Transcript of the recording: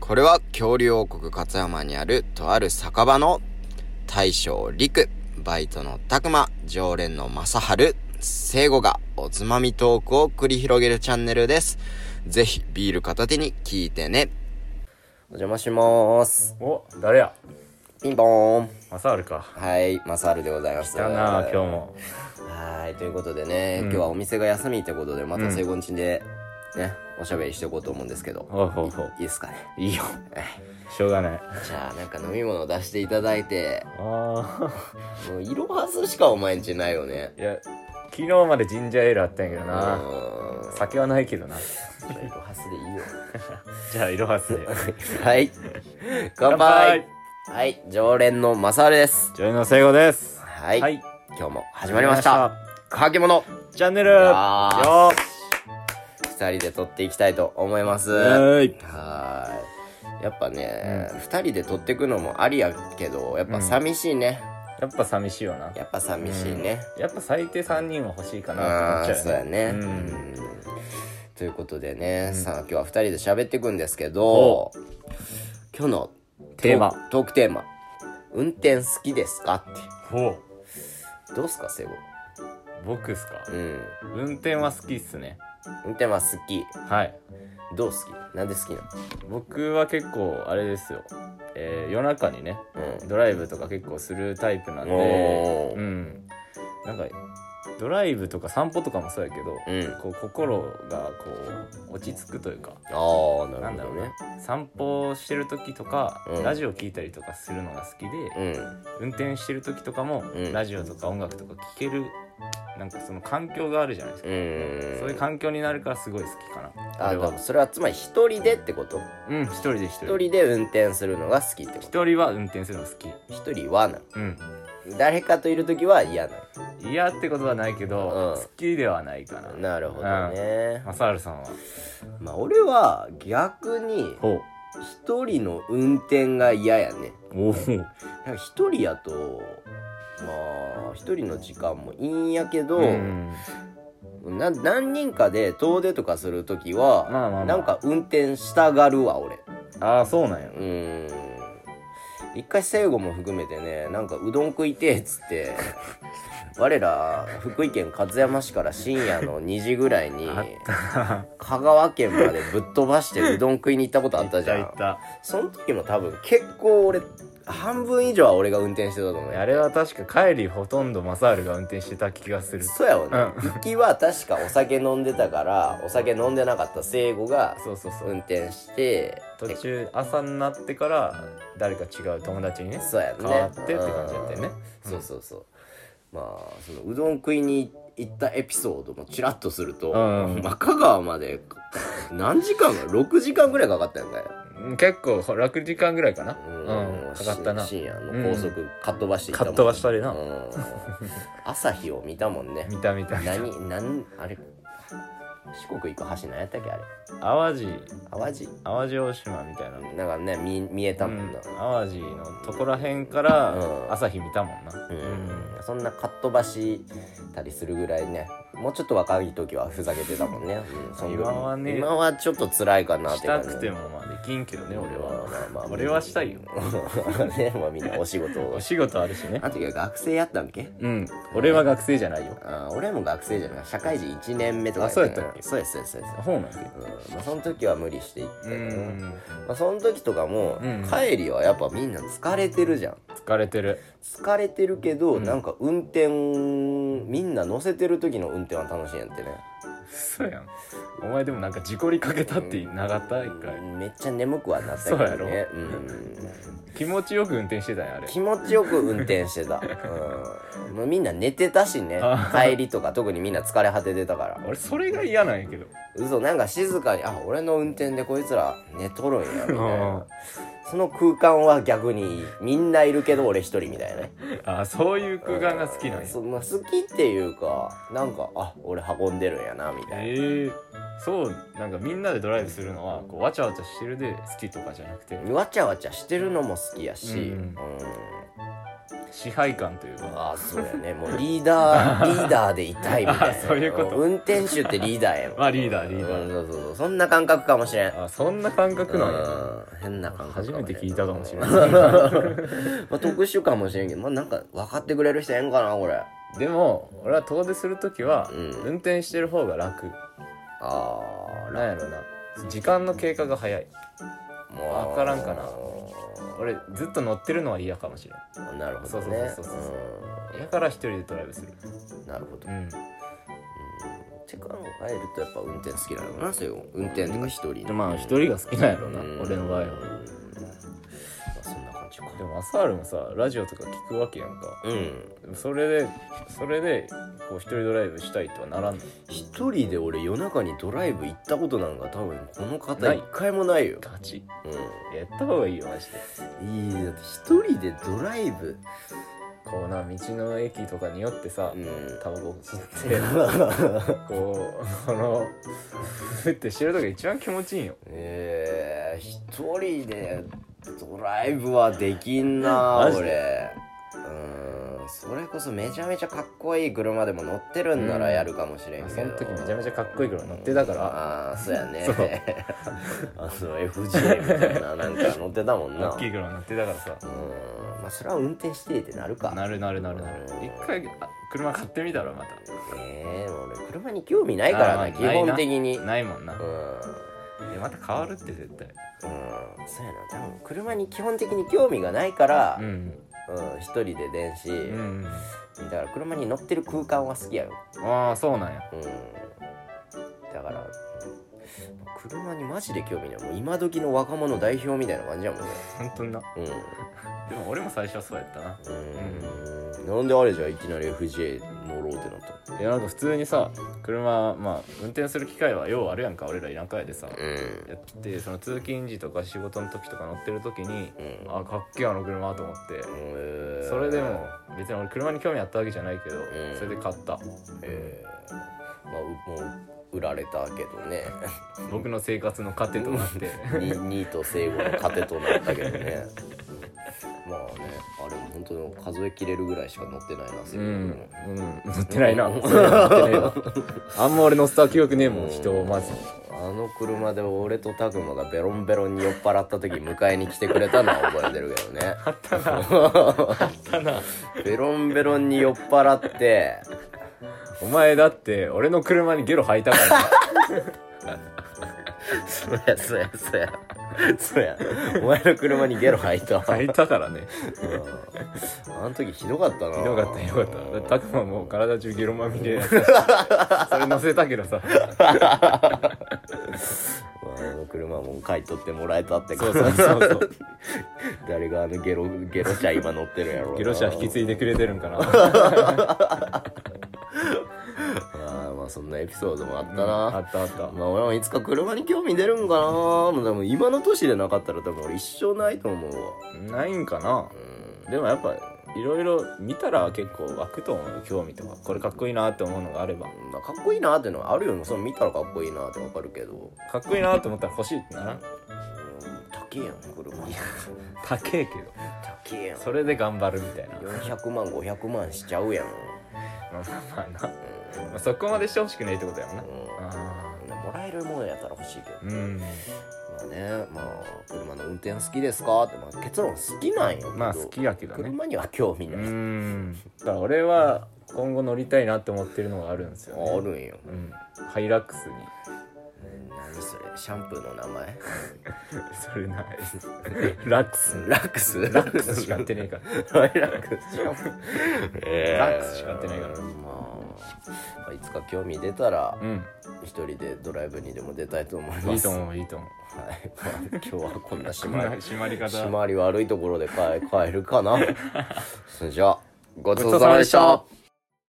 これは恐竜王国勝山にあるとある酒場の大将陸、バイトの拓馬、常連の正春、聖護がおつまみトークを繰り広げるチャンネルです。ぜひビール片手に聞いてね。お邪魔します。お、誰やピンポーン。マサールか。はい、マサールでございます。来たな今日も。はい、ということでね、今日はお店が休みということで、また聖護んちで、ね、おしゃべりしていこうと思うんですけど。ほうほうほういいですかね。いいよ。しょうがない。じゃあ、なんか飲み物出していただいて。ああ。もう、色外しかお前んちないよね。 いや、昨日までジンジャーエールあったんやけどな。酒はないけどな。いろはすでいいよ。じゃあ、いろはす で。はい。乾杯はい、常連のマサールです。常連の聖子です。はい。今日も始まりました。かけものチャンネルよ二人で撮っていきたいと思います。はい。やっぱね、二、人で撮っていくのもありやけど、やっぱ寂しいね。やっぱ寂しいよな。やっぱ寂しいね。やっぱ最低3人は欲しいかなって思っちゃうね。そうやね。ということでね、さあ今日は2人で喋っていくんですけど、今日のテーマトークテーマ運転好きですかってほうどうすかセゴ僕っすかうん運転は好きっすね運転は好きはいどう好きなんで好きなの僕は結構あれですよえー、夜中にね、うんドライブとか結構するタイプなんでおーうんなんかドライブとか散歩とかもそうやけど、うんこう心がこう落ち着くというかああななんるだほろどうねね散歩してる時とか、うんラジオ聞いたりとかするのが好きで、うん運転してる時とかも、うんラジオとか音楽とか聴けるなんかその環境があるじゃないですか、うんそういう環境になるからすごい好きかなあ俺でもはそれはつまり一人でってことうん一人で一一人人で運転するのが好きってこ一人は運転するの好きと一人はなうん誰かといる時は嫌な嫌ってことはないけど、うん好きではないかなのなるほどね、マサールさんはまあ俺は逆にほ一人の運転が嫌やねうおおーなんか一人やとまあ一人の時間もいいんやけど、うんな何人かで遠出とかする時は、まあまあまあなんか運転したがるわ俺ああそうなんやうーん一回聖護も含めてねなんかうどん食いてえっつって 我ら福井県勝山市から深夜の2時ぐらいに香川県までぶっ飛ばしてうどん食いに行った ことあったじゃいたいんたその時も多分結構俺半分以上は俺が運転してたと思うよあれは確か帰りほとんどマサールが運転してた気がするそうやわね、行きは確かお酒飲んでたからお酒飲んでなかった聖護がそうそうそう、運転して途中朝になってから誰か違う友達にねそうやね変わってって感じだったよねうんそうそうそうまあそのうどん食いに行ったエピソードもちらっとすると、うんまあ香川まで何時間か6時間ぐらいかかったんだよ、うん結構6時間ぐらいかなうんうんかかったな深夜の高速かっ飛ばしていかっ飛ばしたりたなもん、うん、朝日を見たもんね見た見た何何あれ四国行く橋何やったっけあれ淡路淡路淡路大島みたいな、うんなんかね見見えたもんな、淡路のとこらへんかうんら朝日見たもんな、うんそんなかっ飛ばしたりするぐらいねもうちょっと若い時はふざけてたもんね、うんそんぐらい今はね今はちょっと辛いかなっしてた感じくてもまあできんけどね俺まあはまあまあ俺はしたいよ ねまあみんなお仕事をお仕事あるしねあの時は学生やったんけうん俺は学生じゃないよあー俺も学生じゃない社会人1年目とかあそうやったっけそうですそうですそうですほうなんだようんまあ、その時は無理していって、うんまあ、その時とかも、うん帰りはやっぱみんな疲れてるじゃん疲れてる疲れてるけど、んなんか運転みんな乗せてる時の運転は楽しいんやってね嘘やんお前でもなんか事故りかけたって長った一回めっちゃ眠くはなったけどねそうやろうん、気持ちよく運転してたんやあれ気持ちよく運転して た、うん、もうみんな寝てたしねあ帰りとか特にみんな疲れ果ててたから俺それが嫌なんやけど嘘なんか静かにあ俺の運転でこいつら寝とるんやみたいなあその空間は逆にみんないるけど俺一人みたいなねあそういう空間が好きなんやそまあ、好きっていうかなんかあ俺運んでるんやなみたいな、ええそうなんかみんなでドライブするのはこうわちゃわちゃしてるで好きとかじゃなくてわちゃわちゃしてるのも好きやし、うんうん支配感というかああそうやねもうリー ダーリーダーでいたいみたいなあそういうこと運転手ってリーダーやもんまあリーダーリーダーうんそうそうそうそんな感覚かもしれんあそんな感覚なんやうん変な感覚初かもめしれんて聞いたかもしれない まあ特殊かもしれんけどまあなんか分かってくれる人やんかなこれあでも俺は遠出する時はうん運転してる方が楽あなんやろな時間の経過が早いもう分からんかな俺ずっと乗ってるのは嫌かもしれんなるほどねそうそうそう嫌から一人でドライブするうんなるほどうんって考えるとやっぱ運転好きなのかなそういう運転とか一人でまあ一人が好きなんやろなうん俺の場合はまあそんな感じかでも朝あるもさラジオとか聞くわけやんかうんでもそれでそれでこう一人ドライブしたいとはならんの一人で俺夜中にドライブ行ったことなんか多分この方ない一回もないよガチやった方がいいよマジでうんいいだって一人でドライブこうな道の駅とかによってさ、 うんタバコ吸 ってこうそのふってしてる時が一番気持ちいいんよえー、一人でドライブはできんなマジ俺うんそれこそめちゃめちゃかっこいい車でも乗ってるんならやるかもしれんけそど、の時めちゃめちゃかっこいいから乗ってたからああそうやねそう あの FJ みたいななんか乗ってたもんな大きいから乗ってたからさうんまあそれは運転してってなるかなるなるなるなる一回あ車買ってみたらまええもう俺車に興味ないからあなー基まあ本的にたないもんな、うんでまた変わるって絶対うんそうやな多分車に基本的に興味がないからうんうん一人で出んし、うんだから車に乗ってる空間は好きやろああそうなんやうんだから、うん車にマジで興味ないもう今時の若者代表みたいな感じやもんね本当になうんでも俺も最初はそうやったなうんなんであれじゃいきなり FJ 乗ろうってなったのいやなんか普通にさ車まあ運転する機会はようあるやんか俺ら田舎やでさうんやってその通勤時とか仕事の時とか乗ってる時にうんあかっけえあの車と思ってえーそれでも別に俺車に興味あったわけじゃないけどんそれで買ったえーまあうもう売られたけどね僕の生活の糧となってに2位と生後の糧となったけどねまあねあれも本当に数え切れるぐらいしか乗ってないなう生後ん、うん、乗ってないな乗ってないわ あんま俺乗った記憶ねえもん人をまずあの車で俺と拓磨がベロンベロンに酔っ払った時迎えに来てくれたのは覚えてるけどねあったな ベロンベロンに酔っ払ってお前だって俺の車にゲロ吐いたからな そやそやそやそやお前の車にゲロ吐いたわ吐いたからねうんあの時ひどかったなひどかったひどかったたくまもう体中ゲロまみ れやったしそれ乗せたけどさまああの車も買い取ってもらえたってそこうとそうそうそう 誰があのゲロゲロ車今乗ってるやろうなゲロ車引き継いでくれてるんかなああまあそんなエピソードもあったな、あったあったまあ俺もいつか車に興味出るんかなもうでも今の年でなかったら多分俺一生ないと思うわないんかなでもやっぱいろいろ見たら結構湧くと思うよ興味とかこれかっこいいなって思うのがあればまあかっこいいなってのはあるよねその見たらかっこいいなってわかるけどかっこいいなって思ったら欲しいってならん高えやん 車高えけど高えやんそれで頑張るみたいな400万500万しちゃうやんまあまあまあな、まあ、そこまでしてほしくないってことやもんなうあんもらえるものやったら欲しいけどーうんまあねまあ車の運転好きですかって、まあ、結論好きなんよけどまあ好きやけどね車には興味うない、んだから俺は今後乗りたいなって思ってるのがあるんですよ、あるんよ、うん、ハイラックスに 何それシャンプーの名前それない ラックスラックスラック スしかやってねえからラックスしか、 えラックスしかやってないからまあ、まあいつか興味出たらうん一人でドライブにでも出たいと思いますいいと思ういいと思うはいまあ今日はこんな締こんまなり締まり方 締まり悪いところで帰帰るかなそれじゃあごちごちそそううささままででししたた